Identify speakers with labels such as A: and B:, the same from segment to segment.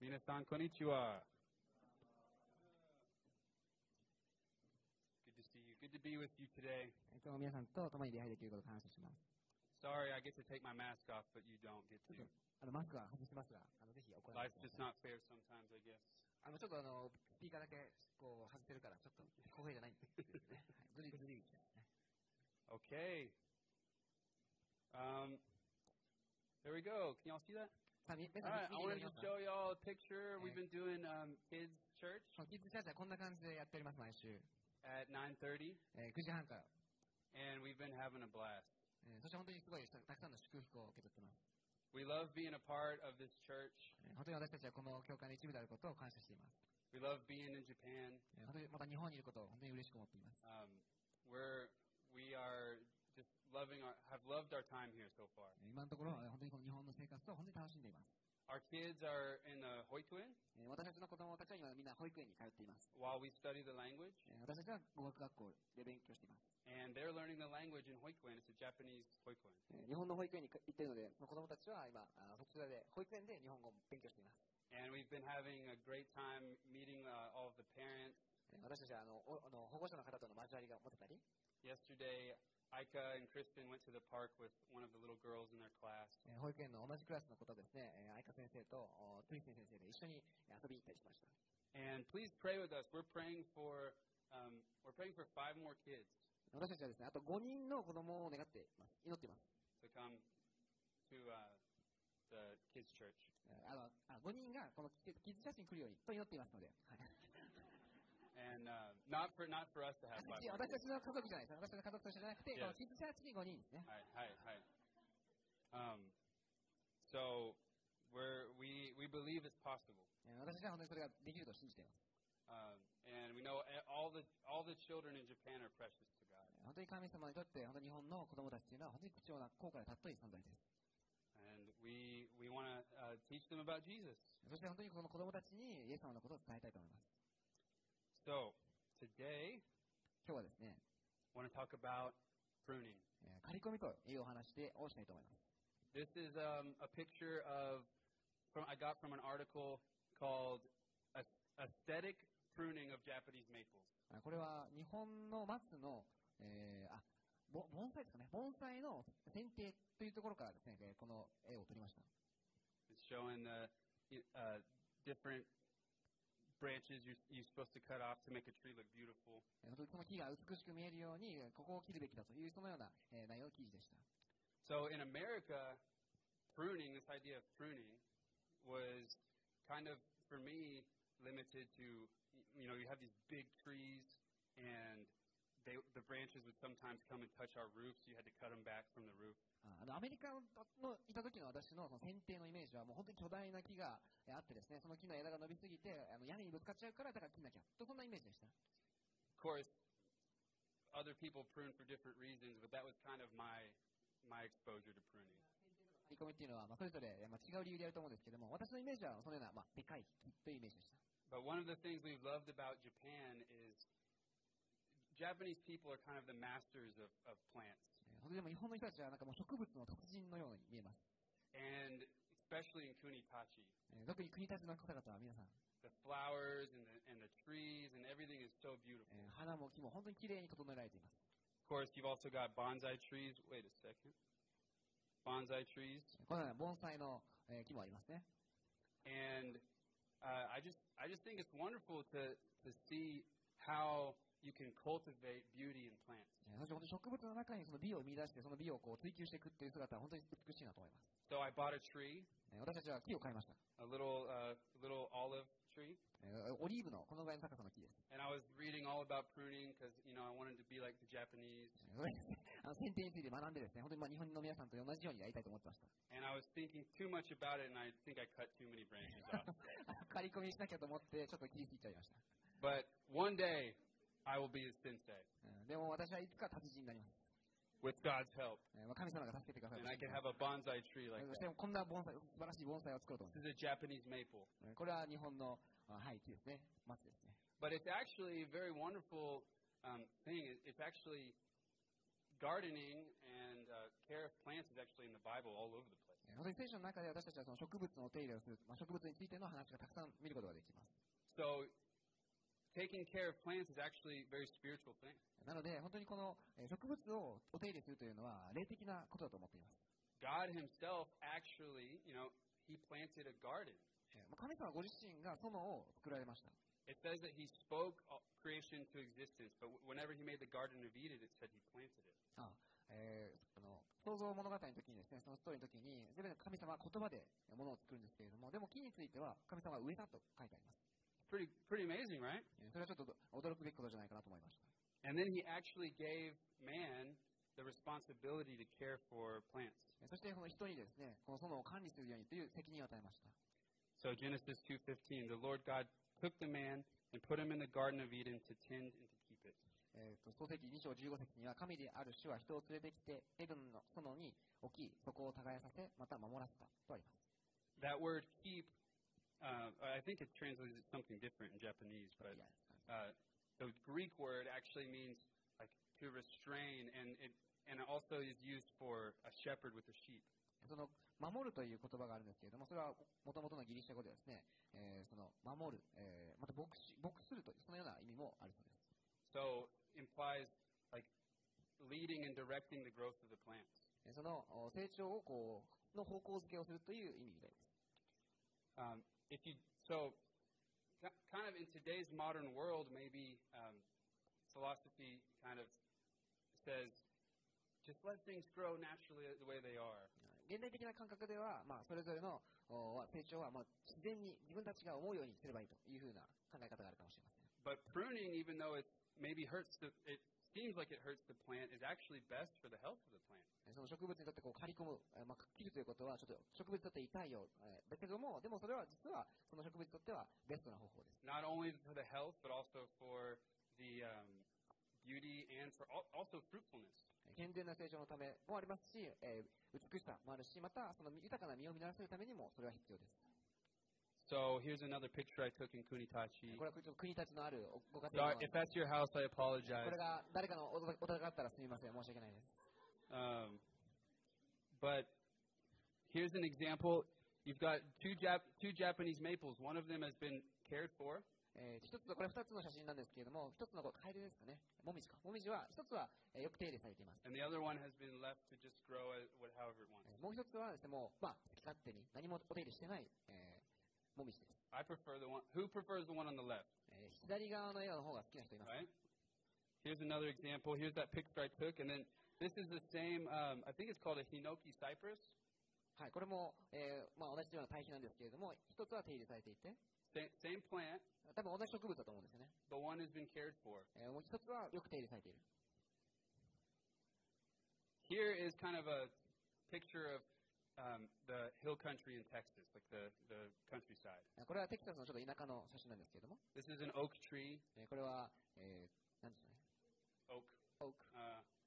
A: 皆さん、こんにちは。
B: Good to see you. Good to be with you today.
C: 今日も皆さんと共に出会いできることを感謝します。
B: Sorry I get to take my mask off, but you don't get to.
C: あのマスクは外しますが、あのぜひ行ってくだ
B: Life's
C: さ
B: just
C: い。
B: not fair sometimes, I guess.
C: あのちょっとあのスピーカーだけこう外せるから、ちょっと公平じゃないんですね。はいずりずり。
B: Okay. Um, there we go. Can y'all see that?
C: さあ、み皆
B: All right.
C: さん見
B: I wanted
C: てみま
B: to
C: すか。
B: show y'all a picture. We've
C: Okay.
B: been doing um, kids church
C: このキッズチャージはこんな感じでやっております、毎週。
B: at 9:30,
C: えー9時半から。
B: and we've been having a blast.
C: えーそして本当にすごいたくさんの祝福を受け取ってます。
B: We love being a part of this church.
C: えー本当に私たちはこの教会の一部であることを感謝しています。
B: We love being in Japan.
C: えー本当にまた日本にいることを本当に嬉しく思っています。
B: Um, we're we are just loving our have loved our time here so far.
C: えー今のところ、えー本当にこの日本の生活を本当に楽しんでいます。
B: Our kids are in the Hoituen
C: えー私たちの子供たちは今みんな保育園に通っています。
B: while we study the language,
C: えー私たちは語学学校で勉強しています。
B: and they're learning the language in Hoikuen. It's a Japanese Hoikuen.
C: えー日本の保育園に行っているので、その子供たちは今、あそちらで保育園で日本語を勉強しています。
B: And we've been having a great time meeting uh, all of the parents.
C: えー私たちはあのおあの保護者の方との交わりが持てたり、
B: Yesterday, Aika and Kristen went to the park with one of the little girls in their class,
C: えー保育園の同じクラスの子とですね、えー愛花先生とおトゥイス先生で一緒にえー遊びに行ったりしました。
B: And please pray with us. We're praying for um, we're praying for five more kids
C: 私たちはですね、あと5人の子供を願っています。祈っています。
B: to come to uh, the kids church.
C: えーあのあ5人がこのキキッズ写真来るようにと祈っていますので、はい
B: And uh, not for not for us to have
C: 私
B: five.
C: た
B: more
C: ちの家族じゃないです。私たちの家族としてじゃなくて、
B: Yes.
C: このキッズ写真に5人ですね。
B: Hi, hi, hi. Um, so we're, we we believe it's possible,
C: えー私たちは本当にそれができると信じています。
B: um, and we know a- all the all the children in Japan are precious to God,
C: 本当に神様にとって、本当に日本の子供たちというのは、本当に貴重な高価で尊い存在です。
B: and we we want to uh, teach them about Jesus.
C: そして本当にこの子供たちにイエス様のことを伝えたいと思います。
B: So today,
C: 今日はですね、
B: I want to talk about pruning.
C: えー刈り込みというお話でをしたいと思います。
B: This is um, a picture of from I got from an article called "Aes- "Aesthetic Pruning of Japanese Maples."
C: あこれは日本の松の、えーあぼ盆栽ですかね、盆栽の剪定というところからですね、えーこの絵を撮りました。
B: It's showing the uh, different branches you're, you're supposed to cut off to make a tree look beautiful.
C: えー本当にこの木が美しく見えるように、えーここを切るべきだという、そのような、えー内容の記事でした。
B: So in America, pruning, this idea of pruning, was kind of, for me, limited to, you know, you have these big trees and they, the branches would sometimes come and touch our roof, so you had to cut them back from the roof.
C: ああのアメリカのいた時の私のその剪定のイメージはもう本当に巨大な木がえあってですね、その木の枝が伸びすぎてあの屋根にぶつかっちゃうからだから切んなきゃとこんなイメージでした。
B: Of course, other people prune for different reasons, but that was kind of my, my exposure to pruning.
C: 切り込みっていうのはまあそれぞれまあ違う理由でやると思うんですけども、私のイメージはそのようなまあでかい木というイメージでした。
B: But one of the things we've loved about Japan is Japanese people are kind of the masters of, of plants.
C: えー本当にでも日本の人たちはなんかもう植物の達人のように見えます。
B: And especially in Kunitachi,
C: えー特に国立の方々は皆さん、
B: the flowers and the, and the trees and everything is so beautiful.
C: えー花も木も本当に綺麗に整えられています。
B: Of course, you've also got bonsai trees. Wait a second. Bonsai trees.
C: このような盆栽のえー木もありますね。
B: And uh, I, just, I just think it's wonderful to, to see how you can cultivate beauty in plants.
C: えーそして本当に植物の中にその美を見出して、その美をこう追求していくっていう姿は本当に美しいなと思います。
B: So I bought a tree,
C: えー私たちは木を買いました。
B: a little, uh, little olive tree.
C: えーオリーブのこのぐらいの高さの木です。
B: And I was reading all about pruning because you know I wanted to be like the Japanese,
C: えーそれですね あの剪定について学んでですね、本当にまあ日本の皆さんと同じようにやりたいと思ってました。
B: and I was thinking too much about it, and I think I cut too many branches off.
C: 刈り込みしなきゃと思って、ちょっと切りすぎちゃいました。
B: But one day I will be a sensei
C: うんでも私はいつか達人になります。
B: with God's help,
C: えーまあ神様が助けてください
B: and
C: ま
B: I
C: し
B: can
C: た
B: have a bonsai tree
C: え
B: like
C: ーそ
B: that.
C: してこんな盆栽、素晴らしい盆栽を作ろうと思い
B: This is a Japanese maple,
C: ます。えーこれは日本の、あはい、木ですね。松ですね。
B: but it's actually a very wonderful um, thing. It- It's actually gardening and uh, care of plants is actually in the Bible all over the place.
C: えね本当に聖書の中で私たちはその植物のお手入れをする、まあ、植物についての話がたくさん見ることができます。
B: So taking care of plants is actually a very spiritual thing.
C: なので、本当にこのえー植物をお手入れするというのは、霊的なことだと思っています。
B: God himself actually, you know, he planted a garden.
C: えーまあ神様ご自身が園を作られました。
B: It says that he spoke all- creation to existence, but wh- whenever he made the Garden of Eden, it said he planted it.
C: えーあの創造物語の時にですね、そのストーリーの時に、全て神様は言葉で物を作るんですけれども、でも木については神様は植えたと書いてあります。
B: Pretty, pretty amazing, right?
C: えーそれはちょっと驚くべきことじゃないかなと思いました。
B: And then he actually gave man the responsibility to care for plants.
C: えーそしてその人にですね、この園を管理するようにという責任を与えました。
B: So Genesis 2:15, the Lord God took the man and put him in the Garden of Eden to tend and to keep it.
C: えー、と創世記2章15節には神である主は人を連れてきてエデンの園に置きそこを耕させまた守らせたとあります
B: That word "keep," uh, I think it translates as something different in Japanese, but
C: いや
B: uh, the Greek word actually means like to restrain, and it and it also is used for a shepherd with a sheep.
C: その守るという言葉があるんですけれどもそれはもともとのギリシャ語でですね、えーその守る、えーまた牧師牧するというそのような意味もあるそうです
B: So implies like leading and directing the growth of the plants.
C: えーそのお成長をこうの方向づけをするという意味みたいです
B: Um, if you so, ki- kind of in today's modern world, maybe um, philosophy kind of says just let things grow naturally the way they are.
C: 現代的な感覚では、まあ、それぞれのお成長は、まあ、自然に自分たちが思うようにすればいいというふうな考え方があるかもしれません
B: But pruning, even though it maybe hurts the, it seems like it hurts the plant, is actually best for the health of the plant.
C: その植物にとってこう刈り込む、えーまあ、切るということは、ちょっと植物にとって痛いよ、えーだけども、でもそれは実は、その植物にとってはベストな方法です。
B: Not only for the health, but also for the um, beauty and for al- also fruitfulness.
C: えー健全な成長のためもありますし、えー美しさもあるし、またその豊かな実を実らせるためにもそれは必要です。
B: So here's another picture I took in Kunitachi.
C: これはちょっと国たちのあるおご家
B: Sorry,
C: 庭の、
B: if that's your house, I
C: こ
B: apologize.
C: れが誰かのおお宅があったらすみません、申し訳ないです。
B: Um, but here's an example. You've got two, Jap- two Japanese maples. One of them has been cared for,
C: えー一つの、これ二つの写真なんですけれども、一つのこうカエルですかね、もみじか。もみじは、一つは、えーよく手入れされています。
B: and the other one has been left to just grow as, what, however it wants.
C: えーもう一つはですね、もう、まあ、好き勝手に何もお手入れしてない、えーもみじです。
B: I prefer the one. Who prefers the one on the left?
C: えー左側の笑顔の方が好きな人いま
B: Right.
C: す。
B: Here's another example. Here's that picture I took, and then this is the same. Um, I think it's called a hinoki cypress.
C: はい、これも、えーまあ、同じような対比なんですけれども、一つは手入れされていて、
B: Same, same plant,
C: 多分同じ植物だと思うんですよね。
B: but one has been cared for.
C: えーもう一つはよく手入れされている。
B: Here is kind of a picture of um, the hill country in Texas, like the, the countryside.
C: あこれはテキサスのちょっと田舎の写真なんですけれども、
B: This is an oak tree.
C: えーこれは、えー、なんですかね、
B: Oak.
C: オーク。
B: Uh,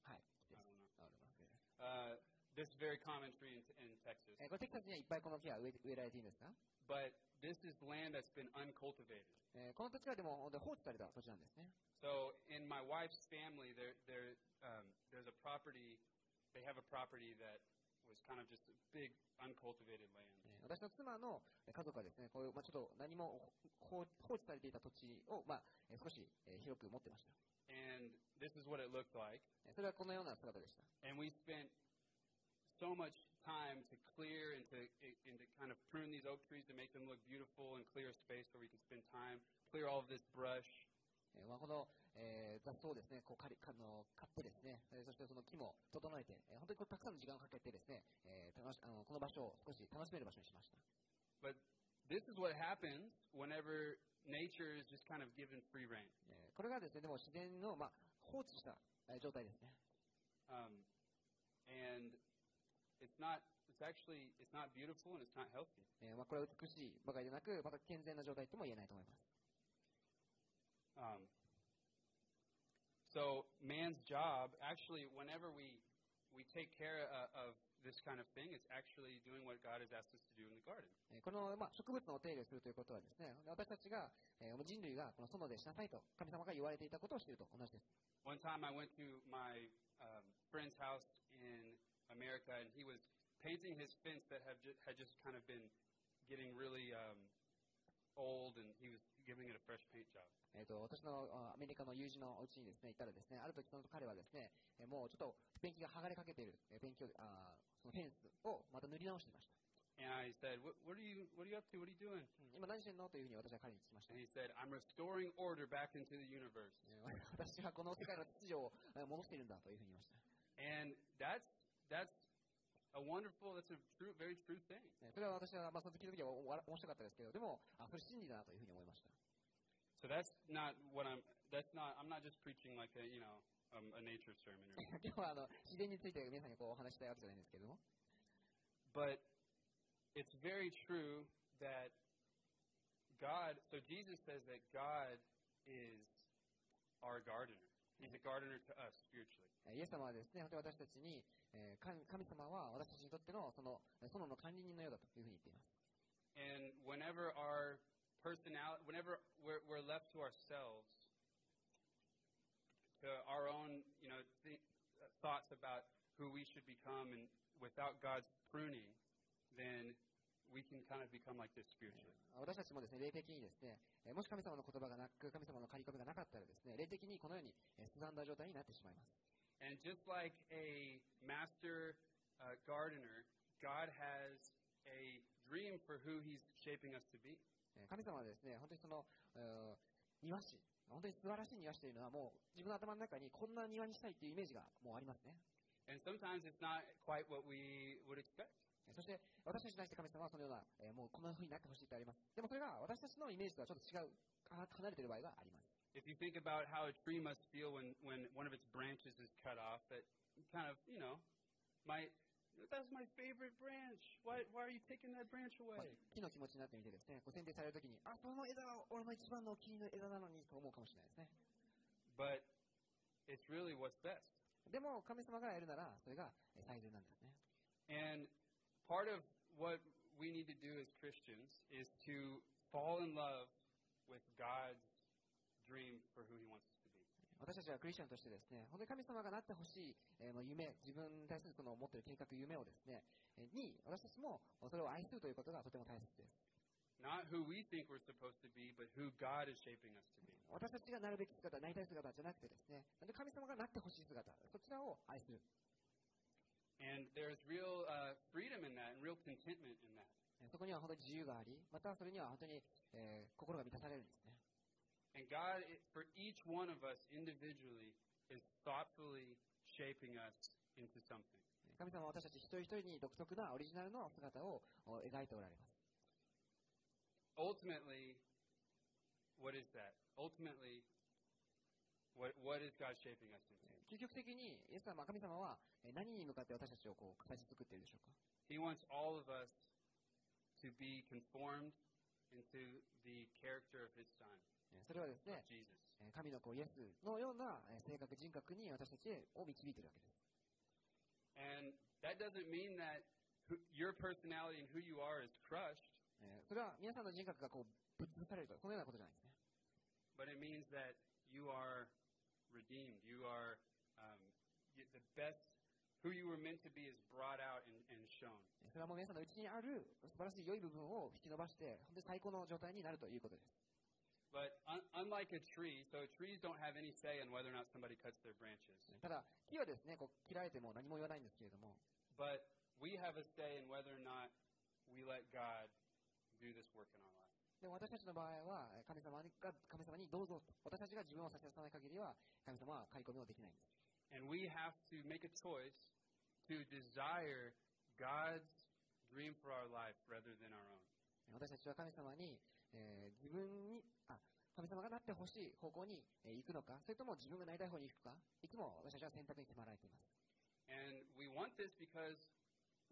C: はい。
B: I don't know.
C: あありますね
B: Uh, this is a very common tree in, in Texas.
C: えーこれテキサスにはいっぱいこの木は植え植えられているんですか、
B: But this is land that's been uncultivated.
C: えーこの土地はでも本当に放置された土地なんですね。
B: So in my wife's family, there, there, um, there's a property. They have a property that was kind of just a big uncultivated land.
C: えー私の妻のえー家族はですね、こういう、まあ、ちょっと何も放放置されていた土地を、まあ、えー少し、えー広く持ってました。
B: And this is what it looked like.
C: えーそれはこのような姿でした。
B: And we spent so much time to clear and to, and to kind of prune these oak trees to make them look beautiful and clear a space where we can spend time, clear all of this brush.
C: えーまあ、この、えー雑草をですね、こう刈りあの刈ってですね、えーそしてその木も整えて、えー本当にこうたくさんの時間をかけてですね、えー楽しあのこの場所を少し楽しめる場所にしました。
B: This is what happens whenever nature is just kind of given free reign.
C: えーこれがですね、でも自然の、まあ、放置したえー状態ですね。
B: Um, and it's not, it's actually, it's not beautiful and it's not healthy.
C: えーまあ、これは美しいばかりでなく、また健全な状態とも言えないと思います。
B: Um, so man's job, actually, whenever we we take care uh, of, of this kind of thing, it's actually doing what God has asked us to do in the garden.
C: えーこの、まあ、植物のお手入れをするということはですね、私たちが、えー人類がこの園でしなさいと神様が言われていたことをしていると同じです。
B: One time, I went to my um, friend's house in America, and he was painting his fence that have ju- had just kind of been getting really um, old, and he was giving it a fresh paint job.
C: えー、と私のあアメリカの友人のうちにですね行ったらですねある時その彼はですね、えーもうちょっとペンキが剥がれかけている、えーペンキをあーそのフェンスをまた塗り直していました、
B: And I said, what, "What are you? What are you up to? What are you doing?"
C: うん今何してんのというふうに私は彼に聞きました、
B: And he said, "I'm restoring order back into the universe."
C: えー私はこの世界の秩序をえー戻しているんだというふうに言いました、
B: And that's that's a wonderful. That's a true, very true thing.
C: えーそれは私は、まあ、その時々はおわら面白かったですけどでもあそれ真理だなというふうに思いました
B: So that's not what I'm. That's not. I'm not just preaching like a you know um, a nature sermon. Or,
C: 今日はあの自然について皆さんにこうお話ししたいわけじゃないんですけれども
B: but it's very true that God. So Jesus says that God is our gardener. He's a gardener to us spiritually.
C: えーイエス様はですね、本当に私たちに、えー神神様は私たちにとってのそのえー園の管理人のようだというふうに言っています。
B: And whenever our personality, whenever we're, we're left to ourselves, to our own, you know, th- thoughts about who we should become, and without God's pruning, then we can kind of become like this spiritually.
C: 私たちもですね、霊的にですね、えーもし神様の言葉がなく、神様の刈り込みがなかったらですね、霊的にこのように、えー、すさんだ状態になってしまいます。
B: And just like a master uh, gardener, God has a dream for who He's shaping us to be.
C: えー神様はですね、本当にその、えー庭師、本当に素晴らしい庭師というのはもう自分の頭の中にこんな庭にしたいというイメージがもうありますね。
B: And sometimes it's not quite what we would expect.
C: えーそして私たちに対して神様はそのような、えーもうこんな風になってほしいってあります。でもそれが私たちのイメージとはちょっと違う、か離れている場合があります。
B: if you think about how a tree must feel when, when one of its branches is cut off, that kind of, you know, my, that's my favorite branch. Why, why are you taking that branch
C: まあ
B: away?
C: 木の気持ちになってみてですね、こう剪定されるときに、あ、この枝は俺の一番のお気に入りの枝なのにと思うかもしれないですね。
B: But it's really what's best.
C: でも、神様がやるなら、それがえ最善なんですね。
B: And part of what we need to do as Christians is to fall in love with God's dream for who He wants us to be.
C: 私たちはクリスチャンとしてですね、本当に神様がなってほしい、えーまあ夢、自分に対するその持っている計画、夢をですね、えーに、私たちもそれを愛するということがとても大切です。
B: Not who we think we're supposed to be, but who God is shaping us to be.
C: 私たちがなるべき姿、なりたい姿じゃなくてですね、本当に神様がなってほしい姿、そちらを愛する。
B: And there's real uh, freedom in that and real contentment in that.
C: えーそこには本当に自由があり、またそれには本当に、えー心が満たされるんですね。
B: And God, i- for each one of us individually, is thoughtfully shaping us into something.
C: 神様は私たち一人一人に独特なオリジナルの姿をお描いておられます。
B: Ultimately, what is that? Ultimately, what, what is God shaping us into?
C: 究極的に、イエス様、神様はえー何に向かって私たちをこう形作っているでしょうか
B: He wants all of us to be conformed into the character of His Son,
C: えーそれはですね、
B: Jesus.
C: えー神のこうイエスのようなえー性格、人格に私たちを導いているわけです。
B: And that doesn't mean that who, your personality and who you are is crushed,
C: えーそれは皆さんの人格がこうぶっ潰されると、このようなことじゃないですね。
B: but it means that you are redeemed. You are um, you, the best. Who you were meant to be is brought out and, and shown.
C: えーそれはもう皆さんのうちにある素晴らしい良い部分を引き伸ばして、本当に最高の状態になるということです。
B: But un- unlike a tree, so trees don't have any say in whether or not somebody cuts their branches.
C: ただ、木はですね、こう切られても何も言わないんですけれども、
B: But we have a say in whether or not we let God do this work in our life.
C: でも私たちの場合は、えー神様にが神様にどうぞと、私たちが自分を差し出さない限りは、神様は刈り込みをできないんです。
B: And we have to make a choice to desire God's dream for our life rather than our own.
C: えー私たちは神様に、えー自分に、あ、神様がなってほしい方向に、えー行くのか、それとも自分がなりたい方に行くか、いつも私たちは選択に迫られています。
B: And we want this because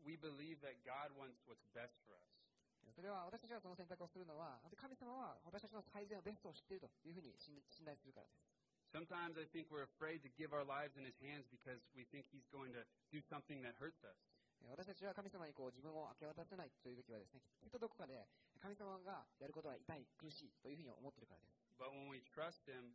B: we believe that God wants what's best for us.
C: えーそれは私たちがその選択をするのは、本当に神様は私たちの最善をベストを知っているというふうに信信頼するからです。
B: Sometimes I think we're afraid to give our lives in His hands because we think He's going to do something that hurts us.
C: えー私たちは神様にこう自分を明け渡せないという時はですね、きっとどこかで神様がやることは痛い、苦しいというふうに思っているからです。
B: But when we trust Him,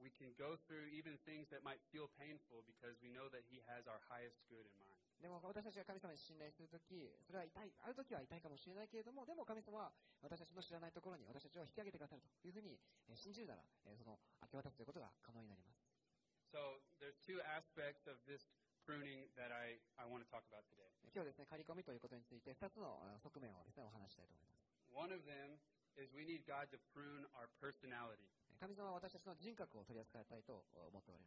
B: we can go through even things that might feel painful because we know that He has our highest good in mind.
C: でも私たちが神様に信頼するとき、それは痛い、あるときは痛いかもしれないけれども、でも神様は私たちの知らないところに私たちを引き上げてくださるというふうにえー信じるなら、えーその明け渡すということが可能になります。
B: So there's two aspects of this pruning that I, I want to talk about today.
C: えー今日ですね、刈り込みということについて2つのあー側面をですね、お話ししたいと思い
B: One
C: ます。
B: of them is we need God to prune our personality.
C: えー神様は私たちの人格を取り扱いたいと思っておられ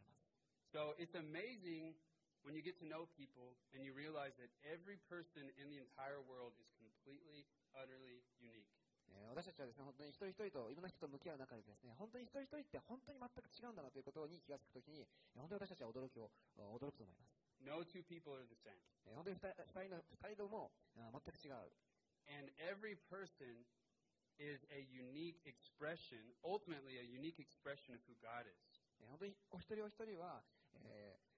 B: So
C: ます。
B: it's amazing when you get to know people and you realize that every person in the entire world is completely, utterly unique.
C: えー私たちはですね、本当に一人一人といろんな人と向き合う中でですね、本当に一人一人って本当に全く違うんだなということに気がつくときに、えー本当に私たちは驚きを、お驚くと思います。
B: No two people are the same.
C: えー本当に二人の二人ともあー全く違う。
B: And every person is a unique expression, ultimately, a unique expression of who God is.
C: えー本当にお一人お一人は、えー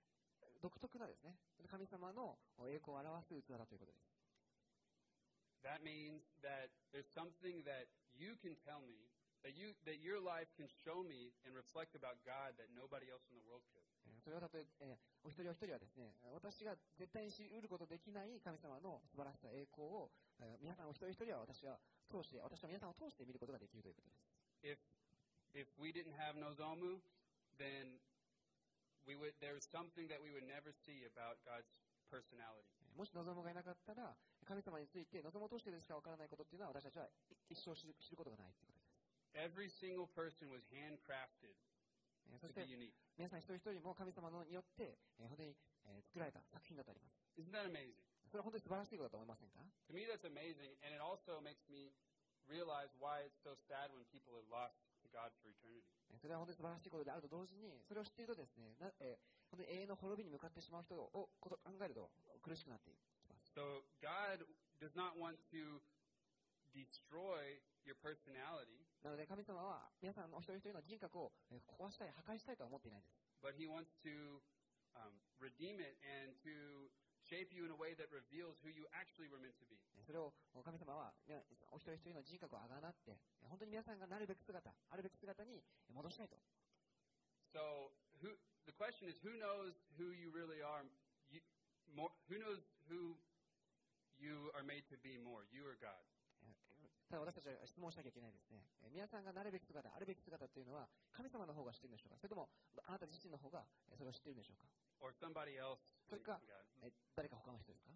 C: 独特なですね、神様の栄光を表す器だということです。
B: That means that there's something that you can tell me, that, you, that your life can show me and reflect about God that nobody else in the world could.
C: えーそれはたとええーお一人お一人はですね、私が絶対に知り得ることできない神様の素晴らしさ、栄光を、えー皆さんお一人一人は私は通して、私は皆さんを通して見ることができるということです。
B: If, if we didn't have Nozomu, then we would, there's something that we would never see about God's personality.
C: えーもし望むがいなかったら、神様について望むを通してでしかわからないことっていうのは私たちはい一生知る知ることがないということです。
B: Every single person was handcrafted
C: えーそ
B: to
C: し
B: be
C: て
B: unique.
C: 皆さん一人一人も神様のによって、えー本当に、えー作られた作品だとあります。
B: Isn't that amazing?
C: それは本当に素晴らしいことだと思いませんか
B: To me, that's amazing, and it also makes me realize why it's so sad when people are lost to God for eternity.
C: えーそれは本当に素晴らしいことであると同時に、それを知っているとですね、なえー本当に永遠の滅びに向かってしまう人をこと考えると苦しくなっています。
B: So God does not want to destroy your personality,
C: なので神様は皆さんのお一人一人の人格をえー壊したい、破壊したいとは思っていないんです。
B: but He wants to um, redeem it and to shape you in a way that reveals who you actually were meant to be.
C: それを神様はねお一人一人の人格をあがなって、本当に皆さんがなるべく姿、あるべく姿に戻したいと。
B: So who, the question is, who knows who you really are? You, more, who knows who you are made to be more, you or God?
C: ただ私たちは質問しなきゃいけないですね。え皆さんがなるべき姿、あるべき姿というのは、神様の方が知っているんでしょうかそれとも、あなた自身の方がえそれを知っているんでしょうか
B: Or somebody else? made
C: Good
B: from
C: God.
B: God?
C: え誰か他の人ですか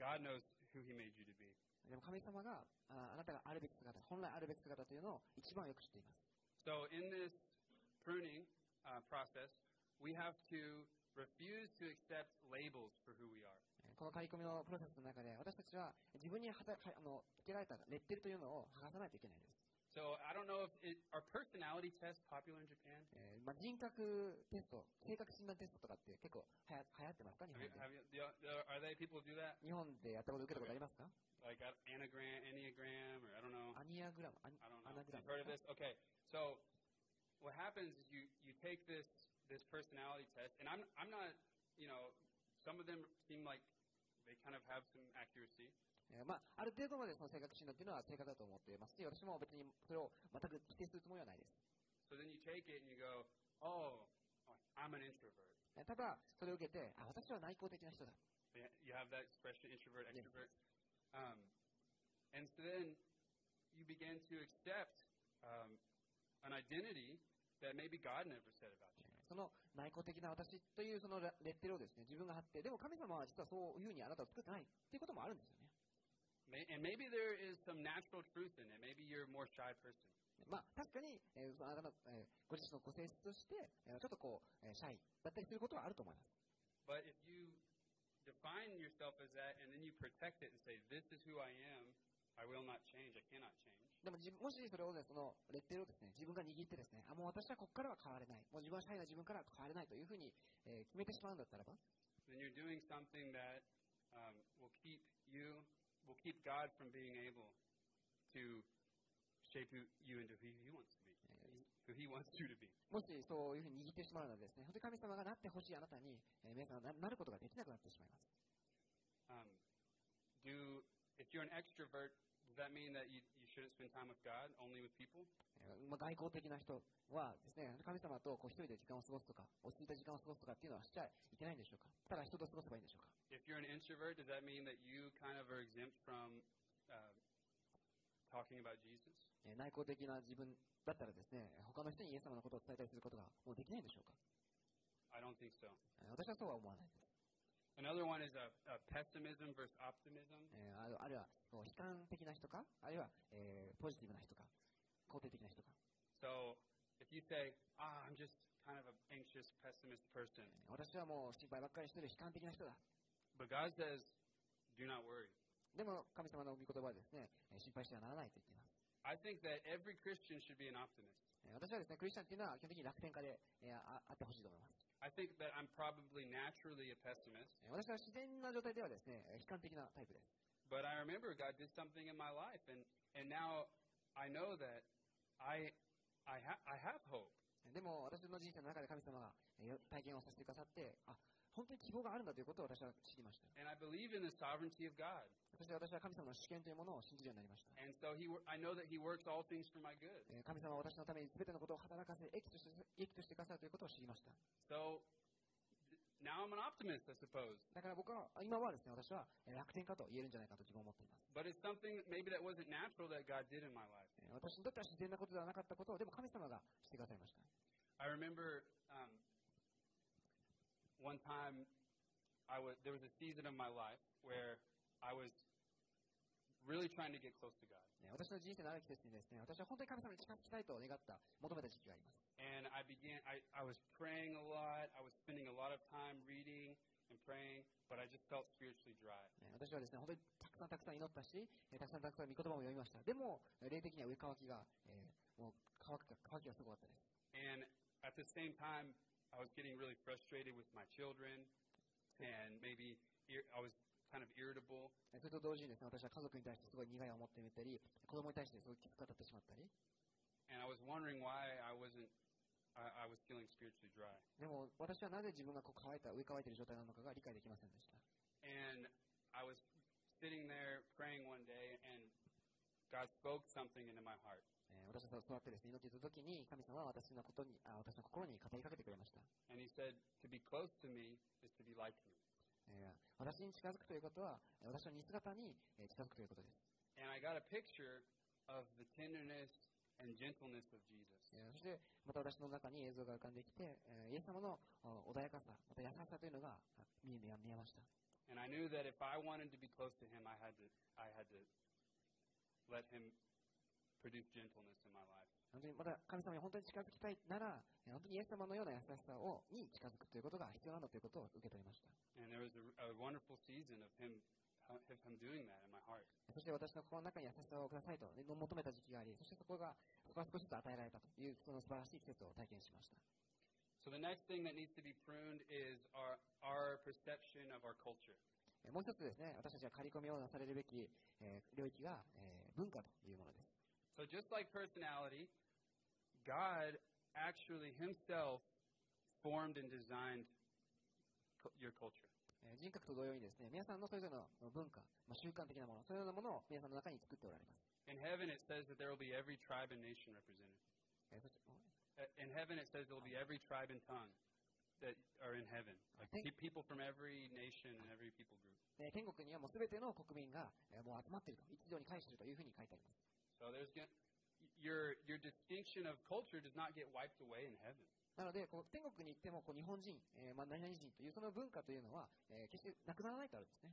B: God knows who He made you to be.
C: でも神様がああなたがあるべき姿、本来あるべき姿というのを一番よく知っています。
B: So in this pruning uh, process, we have to refuse to accept labels for who we are.
C: えこの刈り込みのプロセスの中で、私たちは自分にはたあのつけられたレッテルというのを剥がさないといけないです。
B: So I don't know if it, are personality tests popular in Japan.
C: えーまあ、人格テスト、性格診断テストとかって結構はや流行ってますか日
B: Have
C: 本
B: you,
C: で。
B: have you, do- do- are they people who do that?
C: 日本でやったこと受けたことありますか
B: Like uh, anagram, enneagram, or I don't know.
C: アニアグラム、アニ
B: I don't know.
C: Anagram.
B: You've heard of this? Okay. So what happens is you, you take this this personality test, and I'm I'm not you know some of them seem like they kind of have some accuracy.
C: えーまあ、ある程度までその性格診断っていうのは正確だと思っていますし、私も別にそれを全く否定するつもりはないです。
B: So then you take it and you go, oh, I'm an introvert.
C: えーただ、それを受けて、あ、私は内向的な人だ。
B: Yeah, You have that expression, introvert,
C: Yes.
B: extrovert. Um, and so then you begin to accept um, an identity that maybe God never said about you.
C: その内向的な私というそのレレッテルをですね、自分が貼って、でも神様は実はそういうふうにあなたを作ってないっていうこともあるんですよね。
B: May- And maybe there is some natural truth in it. Maybe you're a more shy person.
C: まあ、確かに、えーそのあなたの、えーご自身のご性質として、えーちょっとこう、えーシャイだったりすることはあると思います。
B: But if you define yourself as that and then you protect it and say, this is who I am, I will not change, I cannot change,
C: でも自分、もしそれをね、その、レッテルをですね、自分が握ってですね、あ、もう私はここからは変われない。もう自分はシャイな自分からは変われないというふうに、えー決めてしまうんだったらば、
B: then you're doing something that um, will keep you, will keep God from being able to shape you, you into who He wants to be,
C: え
B: who He wants you to be.
C: ーもしそういうふうに握ってしまうのはですね、本当に神様がなってほしいあなたに、えー皆さんがななることができなくなってしまいます。
B: Um, do if you're an extrovert, Does that mean that you, you shouldn't spend time with God, only with people?
C: えーまあ、外交的な人はですね、神様とこう一人で時間を過ごすとか、落ち着いた時間を過ごすとかっていうのはしちゃいけないんでしょうかただ人と過ごせばいいんでしょうか
B: If you're an introvert, does that mean that you kind of are exempt from uh, talking about Jesus?
C: えー内向的な自分だったらですね、他の人にイエス様のことを伝えたりすることがもうできないんでしょうか
B: I don't think so.
C: えー私はそうは思わないです。
B: Another one is a, a pessimism versus optimism.
C: えーあるあるいはこう悲観的な人か、あるいは、えーポジティブな人か、肯定的な人か。
B: So if you say, ah, I'm just kind of an anxious, pessimist person,
C: えー私はもう心配ばっかりしてる悲観的な人だ。
B: but God says, do not worry.
C: でも神様の御言葉はですね、えー心配してはならないと言っています。
B: I think that every Christian should be an optimist.
C: えー私はですね、クリスチャンっていうのは基本的に楽天家で、えーああってほしいと思います。
B: I think that I'm probably naturally a pessimist,
C: えー私は自然な状態ではですね、えー悲観的なタイプです。
B: but I remember God did something in my life, and, and now I know that I, I, ha- I have hope.
C: えーでも私の人生の中で神様がえーよ体験をさせてくださって、あ、本当に希望があるんだということを私は知りました。
B: And I believe in the sovereignty of God.
C: そして私は神様の主権というものを信じるようになりました。
B: And so he, wor- I know that He works all things for my good.
C: えー神様は私のために全てのことを働かせ、益として益としてくださるということを知りました。
B: So th- now I'm an optimist, I suppose.
C: だから僕は、今はですね、私はえー楽天家と言えるんじゃないかと自分は思っています。
B: But it's something that maybe that wasn't natural that God did in my life.
C: えー私にとっては自然なことではなかったことを、でも神様がしてくださいました。
B: I remember um, one time I was there was a season of my life where I was really trying to get close to God,
C: えー私の人生のある季節にですね、私は本当に神様に近づきたいと願った、求めた時期があります。
B: and I began. I, I was praying a lot. I was spending a lot of time reading and praying, but I just felt spiritually dry.
C: えー私はですね、本当にたくさんたくさん祈ったし、えーたくさんたくさん御言葉も読みました。でも、えー霊的には上乾きが、えーもう乾きが、乾きがすごかったです。
B: And at the same time, I was getting really frustrated with my children, and maybe ir- I was kind of irritable.
C: えーそれと同時にですね、私は家族に対してすごい苦い思ってみたり、子供に対してすごいきつく当たってしまったり、
B: and I was wondering why I wasn't. I, I was feeling spiritually dry,
C: でも私はなぜ自分がこう乾いた、上乾いている状態なのかが理解できませんでした。
B: and I was sitting there praying one day, and God spoke something into my heart,
C: えー私は座ってですね、祈っていた時に神様は私のことにあ私の心に語りかけてくれました、
B: and He said, "To be close to me is to be like me."
C: えー私に近づくということは、えー私の似姿にえー近づくということです。
B: And I got a picture of the tenderness and gentleness of Jesus,
C: えーそして、また私の中に映像が浮かんできて、えーイエス様のお穏やかさ、また優しさというのがあ見え見え見えました。
B: and I knew that if I wanted to be close to Him, I had to. I had to let Him produce gentleness in my life.
C: 本当にまた神様に本当に近づきたいなら、えー本当にイエス様のような優しさをに近づくということが必要なんだということを受け取りました。
B: And there was a, a wonderful season of Him, of Him doing that in my heart.
C: そして私の心の中に優しさをくださいとね求めた時期があり、そしてそこが、そこが少しずつ与えられたという、その素晴らしい季節を体験しました。
B: So the next thing that needs to be pruned is our our perception of our culture.
C: えもう一つですね、私たちが刈り込みをなされるべき、えー領域が、えー文化というものです。
B: So just like personality, God actually himself formed and designed cu- your culture.
C: えー人格と同様にですね、皆さんのそれぞれの文化、まあ、習慣的なもの、そういうようなものを皆さんの中に作っておられます。
B: In heaven it says that there will be every tribe and nation represented.
C: えーそして
B: Uh, In heaven it says there will be every tribe and tongue that are in heaven. Like
C: Thank-
B: pe- people from every nation and every people group.
C: えー天国にはもう全ての国民が、えーもう集まっていると、一堂に会しているというふうに書いてあります。
B: So there's going your your distinction of culture does not get wiped away in heaven.
C: なので、こう天国に行ってもこう日本人、えーまあ、何々人というその文化というのは、えー決してなくならないとあるんですね。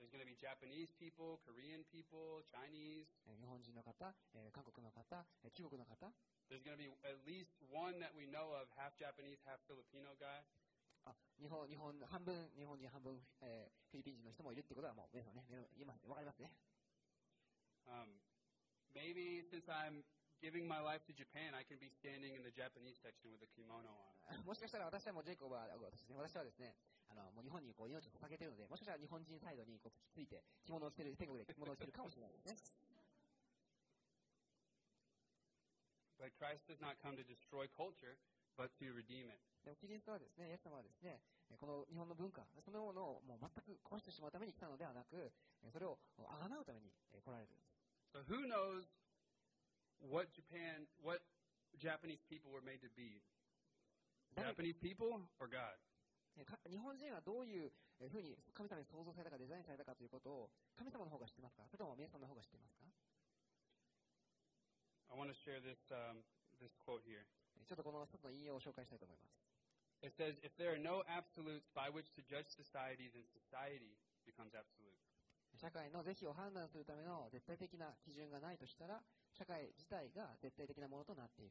B: There's going to be Japanese people, Korean people, Chinese.
C: えー日本人の方、えー韓国の方、えー中国の方、
B: There's going to be at least one that we know of, half Japanese, half Filipino guy.
C: あ日本、日本、半分、日本人、半分、えーフィリピン人の人もいるってことは、もう皆さんね、目の言いますねわかりますね。
B: Um, maybe since I'm giving my life to Japan, I can be standing in the Japanese section with a kimono on.
C: あ もしかしたら私はもうジェイコブは、あ私ね私はですね、あのもう日本にこう命を捧げているので、もしかしたら日本人サイドにこうくっついて、着物を着てる、天国で着物を着てるかもしれないですね。
B: But Christ does not come to destroy culture, but to redeem it.
C: でもキリストはですね、イエス様はですね、えーこの日本の文化、そのものをもう全く壊してしまうために来たのではなく、えーそれをあがなうためにえー来られるんです。
B: So who knows what Japan, what Japanese people were made to be?
C: 誰
B: Japanese people or God?
C: えか日本人はどういうえふうに神様に創造されたかデザインされたかということを神様の方が知ってますかそれとも皆さんの方が知ってますか
B: I want to share this um, this quote here.
C: えちょっとこの一つの引用を紹介したいと思います。
B: It says, "If there are no absolutes by which to judge society, then society becomes absolute."
C: 社会の是非を判断するための絶対的な基準がないとしたら、社会自体が絶対的なものとなっている。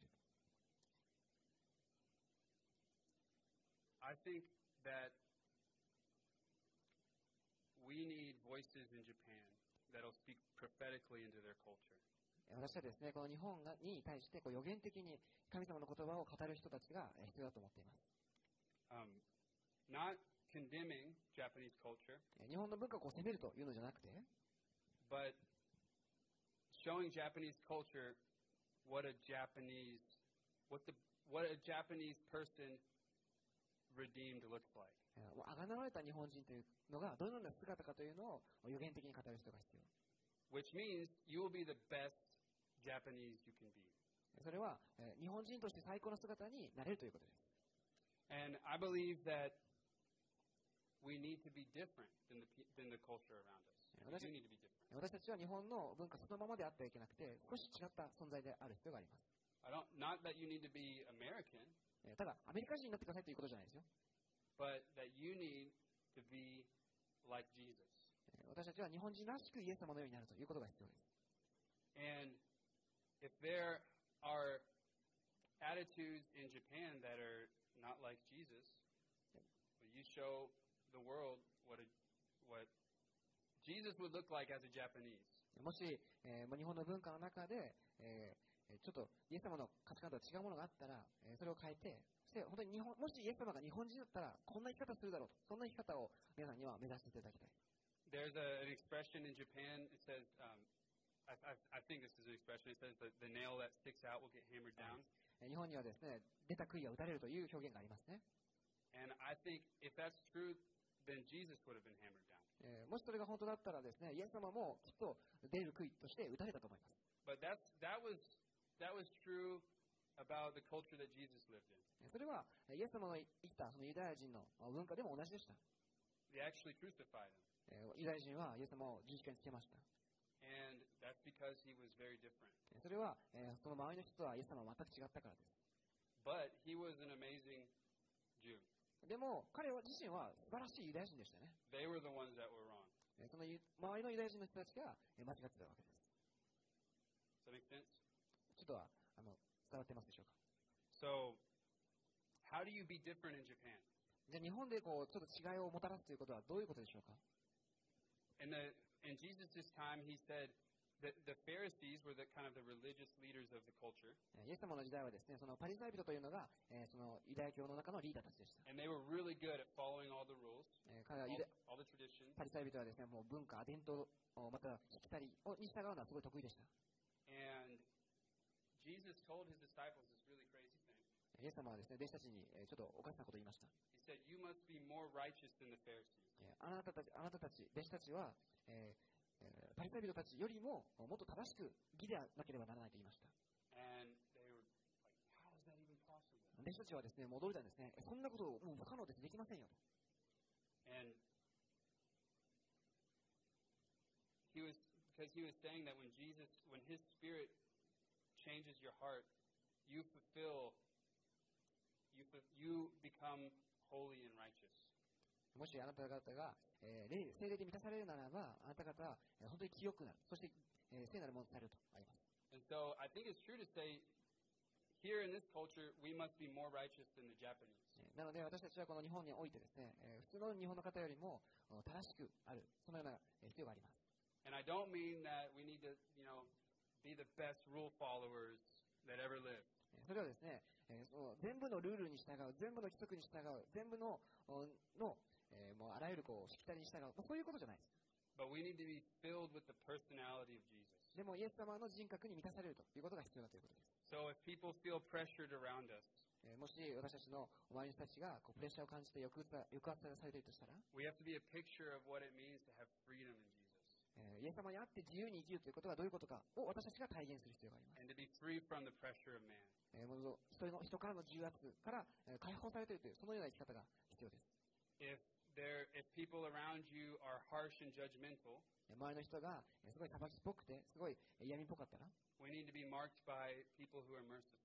B: I think that we need voices in Japan that'll speak prophetically into their culture.
C: え私はですね、この日本がに対してこう予言的に神様の言葉を語る人たちがえ必要だと思っています。
B: Um, not condemning Japanese culture,
C: え日本の文化をこう責めるというのじゃなくて、
B: but showing Japanese culture what a Japanese what the what a Japanese person redeemed looks like.
C: えーあがなわれた日本人というのがどのような姿かというのを予言的に語る人が必要。
B: Which means you will be the best Japanese you can be.
C: それは、えー日本人として最高の姿になれるということです。
B: And I believe that we need to be different than the, pe- than the culture around us.
C: Yeah,
B: We
C: that's-
B: do need to be different.
C: 私たちは日本の文化そのままであってはいけなくて、少し違った存在である必要があります。
B: I don't, not that you need to be American,
C: えーただ、アメリカ人になってくださいということじゃないですよ。
B: but that you need to be like Jesus.
C: えー私たちは日本人らしくイエス様のようになるということが必要です。
B: And if there are attitudes in Japan that are not like Jesus, well, you show the world what, a, what Jesus would look like as a Japanese.
C: もし、えーまあ日本の文化の中で、えーえーちょっとイエス様の価値観とは違うものがあったら、えーそれを変えて、そして本当に日本もしイエス様が日本人だったら、こんな生き方するだろうと、そんな生き方を皆さんには目指していただきたい。
B: There's a, an expression in Japan. It says, um, I, I, I think this is an expression. It says that the nail that sticks out will get hammered down.
C: えー日本にはですね、出た杭は打たれるという表現がありますね。
B: And I think if that's true, then Jesus would have been hammered down.
C: えーもしそれが本当だったらですね、イエス様もきっと出る杭として打たれたと思います。
B: But that's that was that was true about the culture that Jesus lived in.
C: えーそれは、えーイエス様の生きたそのユダヤ人のあ文化でも同じでした。
B: They actually crucified him,
C: えーユダヤ人はイエス様を十字架につけました。
B: and that's because he was very different.
C: えーそれは、えーその周りの人とはイエス様は全く違ったからです。
B: But he was an amazing Jew.
C: でも、彼は自身は素晴らしいユダヤ人でしたね。
B: They were the ones that were wrong.
C: えーそのゆ周りのユダヤ人の人たちがえー間違ってたわけです。
B: Does that make sense?
C: ちょっとはあの伝わってますでしょうか。
B: So, how do you be different in Japan?
C: じゃあ、日本でこうちょっと違いをもたらすということはどういうことでしょうか。
B: In the in Jesus' time, he said that the Pharisees were the kind of the religious leaders of the culture,
C: えーイエス様の時代はですね、そのパリサイ人というのが、えーそのユダヤ教の中のリーダーたちでした。
B: and they were really good at following all the rules,
C: えー彼は
B: all,
C: ユダ
B: all the traditions,
C: パリサイ人はですね、もう文化、伝統、おまたしきたりをに従うのはすごい得意でした。
B: and Jesus told his disciples this really crazy thing.
C: イエス様はですね、弟子たちにえーちょっとおかしなことを言いました。
B: He said, "You must be more righteous than the Pharisees."
C: えーあなたたち、あなたたち、弟子たちは、えーえーパリサイ人たちよりももっと正しく義でなければならないと言いました。
B: And they were like, "How is that even possible?"
C: 弟子たちはですね、戻りたんですね。えそんなこともう不可能です。できませんよと。
B: And he was because he was saying that when Jesus, when His Spirit changes your heart, you fulfill, you fu- you become holy and righteous.
C: もしあなた方が、えー霊、精霊で満たされるならば、あなた方は、えー本当に清くなる。そして、えー聖なるものとされるとあります。
B: And so I think it's true to say, here in this culture, we must be more righteous than the Japanese.
C: えーなので私たちはこの日本においてですね、えー普通の日本の方よりもお正しくある、そのようなえー必要があります。
B: And I don't mean that we need to, you know, be the best rule followers that ever lived.
C: えーそれはですね、えーその全部のルールに従う、全部の規則に従う、全部の、おの、えーもうあらゆるこう、しきたりに従う、まあそういうことじゃないです。
B: But we need to be filled with the personality of Jesus.
C: でも、イエス様の人格に満たされるということが必要だということです。
B: So if people feel pressured around us,
C: えーもし私たちの周りの人たちがこうプレッシャーを感じて抑圧さ抑圧されているとしたら、
B: we have to be a picture of what it means to have freedom in Jesus.
C: えーイエス様にあって自由に生きるということがどういうことかを私たちが体現する必要があ
B: and
C: ります。
B: to be free from the pressure of man.
C: えーもう人の人からの重圧からえー解放されているという、そのような生き方が必要です。
B: If there, if people around you are harsh and judgmental,
C: えー周りの人がえーすごい裁きっぽくて、すごいえー嫌味っぽかったら、
B: we need to be marked by people who are merciful.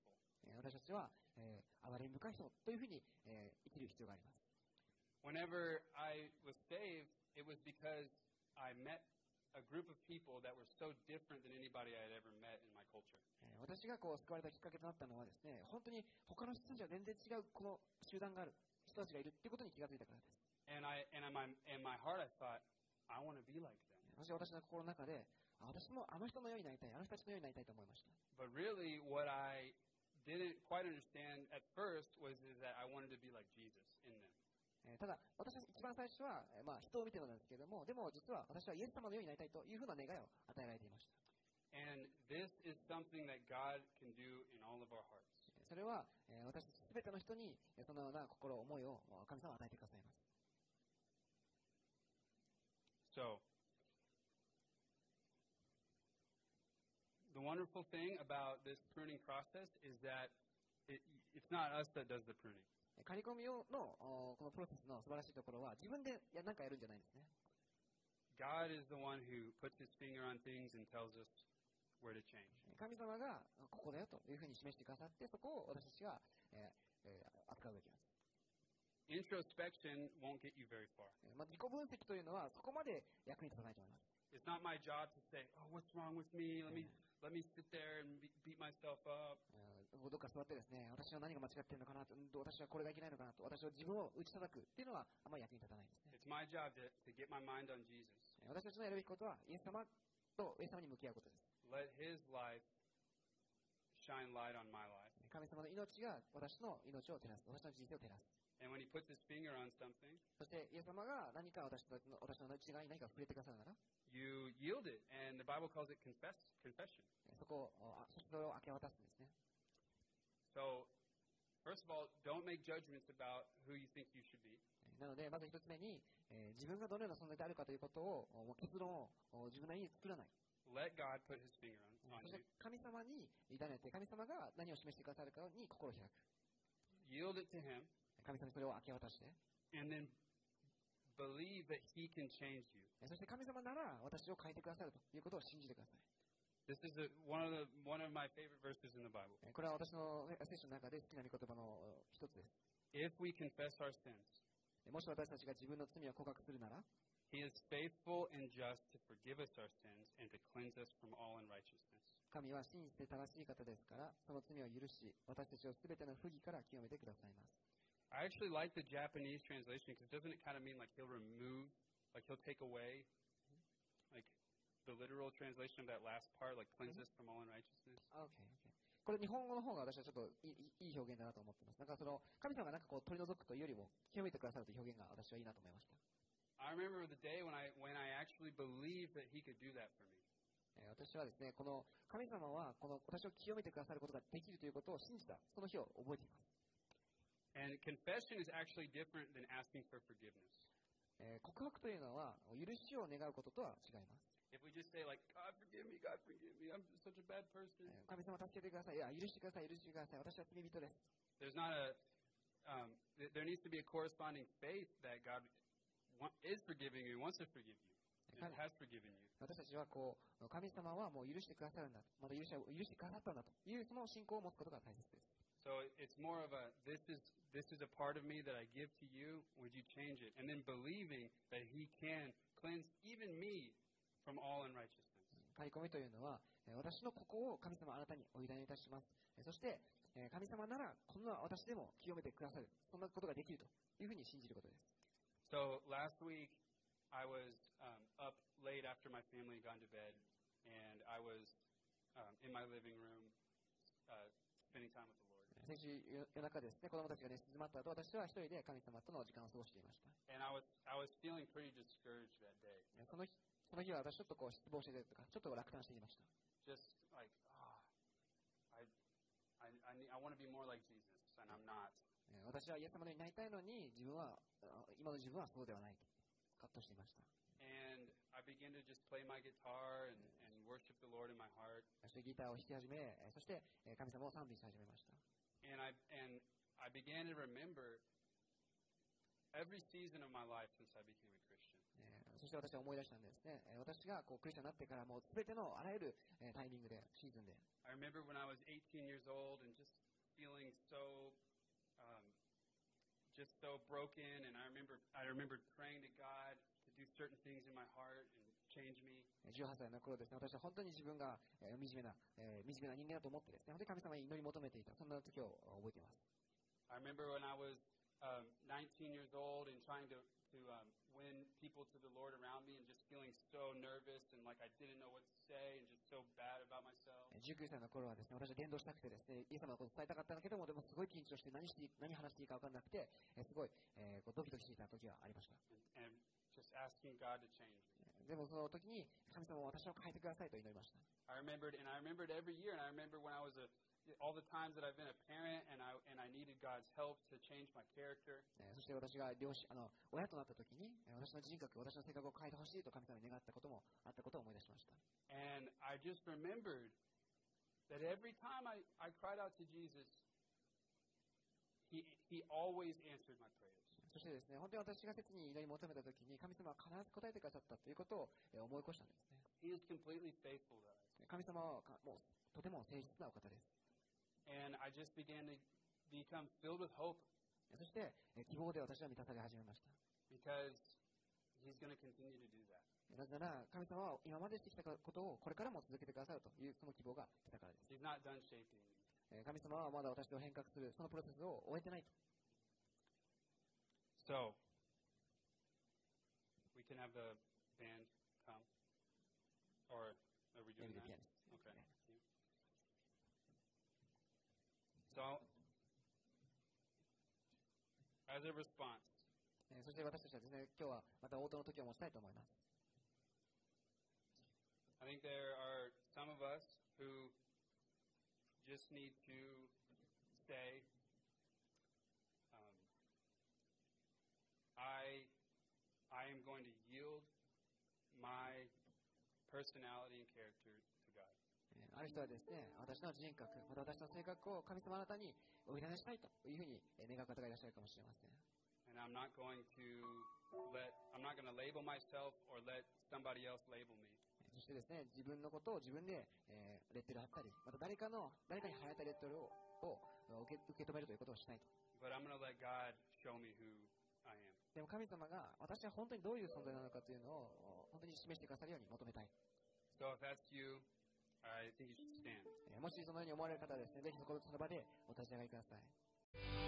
C: えー私たちは、えー哀れみ深い人というふうに、えー生きる必要があります。
B: Whenever I was saved, it was because I met a group of people that were so different than anybody I had ever met in my culture.
C: えー私がこう救われたきっかけとなったのはですね、本当に他の人たちは全然違うこの集団がある人たちがいるっていうことに気がついたからです。
B: And I and in my in my heart I thought, I want to be like them.
C: 私は私の心の中で、あ私もあの人のようになりたい、あの人たちのようになりたいと思いました。
B: But really what I didn't quite understand at first was is that I wanted to be like Jesus in them.
C: えーただ、私は一番最初は、えーまあ、人を見てのなんですけれども、でも実は私はイエス様のようになりたいというふうな願いを与えられていました。
B: And this is something that God can do in all of our hearts.
C: えーそれは、えー私すべての人に、えーそのような心、思いをまあ神様は与えてくださいます。
B: So the wonderful thing about this pruning process is that it, it's not us that does the pruning.
C: えー刈り込み用のおこのプロセスの素晴らしいところは、自分でやなんかやるんじゃないんですね。
B: God is the one who puts his finger on things and tells us where to change.
C: えー神様があここだよというふうに示してくださって、そこを私たちが、えーえー扱うべきなんです。
B: Introspection won't get you very far.
C: えーまあ、自己分析というのは、そこまで役に立たないと思います。
B: It's not my job to say, "Oh, what's wrong with me? Let me let me sit there and be, beat myself up."
C: えーどっか座ってですね、私は何が間違ってるのかなと、うんと私はこれがいけないのかなと、私は自分を打ち叩くっていうのはあんまり役に立たないんですね。
B: It's my job to, to get my mind on Jesus.
C: えー私たちのやるべきことは、イエス様とイエス様に向き合うことです。
B: Let His life shine light on my life.
C: 神様の命が私の命を照らす、私の人生を照らす。
B: And when He puts His finger on something,
C: そして、イエス様が何か私たちの私の内側に何か触れてくださるなら、
B: you yield it, and the Bible calls it confess confession.
C: えーそこを、あそしてそれを明け渡すんですね。
B: So, first of all, don't make judgments about who you think you should be.
C: えーなので、まず一つ目に、えー自分がどのような存在であるかということを、おもう結論をお自分なりに作らない。
B: Let God put His finger on, on
C: そし
B: you.
C: て、神様に委ねて、神様が何を示してくださるかに心を開く。
B: Yield it to Him,
C: 神様にそれを明け渡して、
B: and then believe that He can change you.
C: えそして神様なら私を変えてくださるということを信じてください。
B: This is a, one of the one of my favorite verses in the Bible.
C: えこれは私のえ聖書の中で好きな御言葉のえ一つです。
B: If we confess our sins,
C: えもし私たちが自分の罪を告白するなら、
B: He is faithful and just to forgive us our sins and to cleanse us from all unrighteousness.
C: 神は真実で正しい方ですから、その罪を許し、私たちを全ての不義から清めてくださいます。
B: I actually like the Japanese translation because doesn't it kind of mean like He'll remove, like He'll take away, like the literal translation of that last part, like cleanse us from all unrighteousness.
C: あ OK, OK. これ日本語の方が私はちょっといいいい表現だなと思ってます。なんかその、神様がなんかこう取り除くというよりも、清めてくださるという表現が私はいいなと思いました。
B: I remember the day when I when I actually believed that He could do that for me.
C: えー私はですね、この神様はこの私を清めてくださることができるということを信じた、その日を覚えています。
B: And confession is actually different than asking for forgiveness.
C: えー告白というのは、許しを願うこととは違います。
B: If we just say like God forgive me, God forgive me, I'm such a bad person,
C: えー神様助けてください。いや、許してください。許してください。私は罪人です。
B: there's not a um, th- there needs to be a corresponding faith that God wa- is forgiving you, wants to forgive you, and
C: 神
B: has forgiven you.
C: 私たちはこう、神様はもう許してくださるんだ。また許し許してくださったんだという、その信仰を持つことが大切です。
B: So it- it's more of a this is this is a part of me that I give to you. Would you change it? And then believing that He can cleanse even me from all unrighteousness.
C: 刈り込みというのは、えー私のここを神様あなたにお委ねいたします。えーそして、えー神様なら、こんな私でも清めてくださる。そんなことができるというふうに信じることです。
B: So last week I was um, up late after my family had gone to bed, and I was um, in my living room uh, spending time with the Lord.
C: 先週夜夜中ですね、子供たちが寝静まった後、私は一人で神様との時間を過ごしていました。
B: And I was I was feeling pretty discouraged that day.
C: えーその日その日は私ちょっとこう失望しているとか、ちょっと落胆していました。
B: just like ah, I, I, I, need, I want to be more like Jesus, and I'm not.
C: えー私はイエス様のようになりたいのに、自分は、あ今の自分はそうではないと、葛藤していました。
B: And I began to just play my guitar and, and worship the Lord in my heart.
C: そしてギターを弾き始め、えーそしてえー神様を賛美し始めました。
B: And I, and I began to remember every season of my life since I became a Christian.
C: えーそして私は思い出したんですね。えー私がこうクリスチャンになってからもう全てのあらゆるえータイミングで、シーズンで、
B: I remember when I was 18 years old and just feeling so, um, just so broken. And I remember I remember praying to God to do certain things in my heart and change me.
C: 18歳の頃ですね、私は本当に自分がえー惨めな、えー惨めな人間だと思ってですね、本当に神様に祈り求めていた、そんな時を覚えています。
B: I remember when I was um, 19 years old and trying to to um, win people to the Lord around me and just feeling so nervous and like I didn't know what to say and just so bad about myself.
C: えー19歳の頃はですね、私は伝道したくてですね、イエス様のことを伝えたかったんだけども、でもすごい緊張して何していい何話していいか分かんなくて、えーすごい、えーこうドキドキしていた時はありました。
B: And, and just asking God to change me.
C: でもその時に神様は私を変えてくださいと祈りました。
B: I remembered, and I remembered every year, and I remember when I was a, all the times that I've been a parent, and I and I needed God's help to change my character.
C: えーそして私が両親あの親となった時に、えー私の人格、私の性格を変えてほしいと神様に願ったこともあったことを思い出しました。
B: And I just remembered that every time I, I cried out to Jesus, he he always answered my prayers.
C: そしてですね、本当に私が切に祈り求めた時に神様は必ず答えてくださったということをえー思い起こしたんですね。
B: He is completely faithful to us.
C: 神様はかもうとても誠実なお方です。
B: And I just began to become filled with hope
C: そしてえー希望で私は満たされ始めました。
B: because He's going to continue to do that.
C: なぜなら神様は今までしてきたことをこれからも続けてくださるというその希望が来たからです。
B: He's not done shaping me.
C: えー神様はまだ私を変革するそのプロセスを終えてないと。
B: So we can have the band come, or are we
C: えー
B: doing
C: 見て
B: that?
C: ピアニス
B: Okay. So as a response,
C: えーそして私たちはですね、今日はまた応答の時を持ちたいと思います。
B: I think there are some of us who just need to say, um, "I, I am going to yield my personality and character to God."
C: えーある人はですね、私の人格、また私の性格を神様あなたにお委ねしたいというふうにえー願う方がいらっしゃるかもしれません。
B: and I'm not going to let I'm not going to label myself or let somebody else label me.
C: えーそしてですね、自分のことを自分で、えーレッテル貼ったり、また誰かの、誰かに貼られたレッテルをを受け受け止めるということをしないと。
B: But I'm going to let God show me who I am.
C: でも神様が私は本当にどういう存在なのかというのを本当に示してくださるように求めたい。
B: So if that's you, I think you should stand.
C: えーもしそのように思われる方はですね、ぜひそこその場でお立ち上がりください。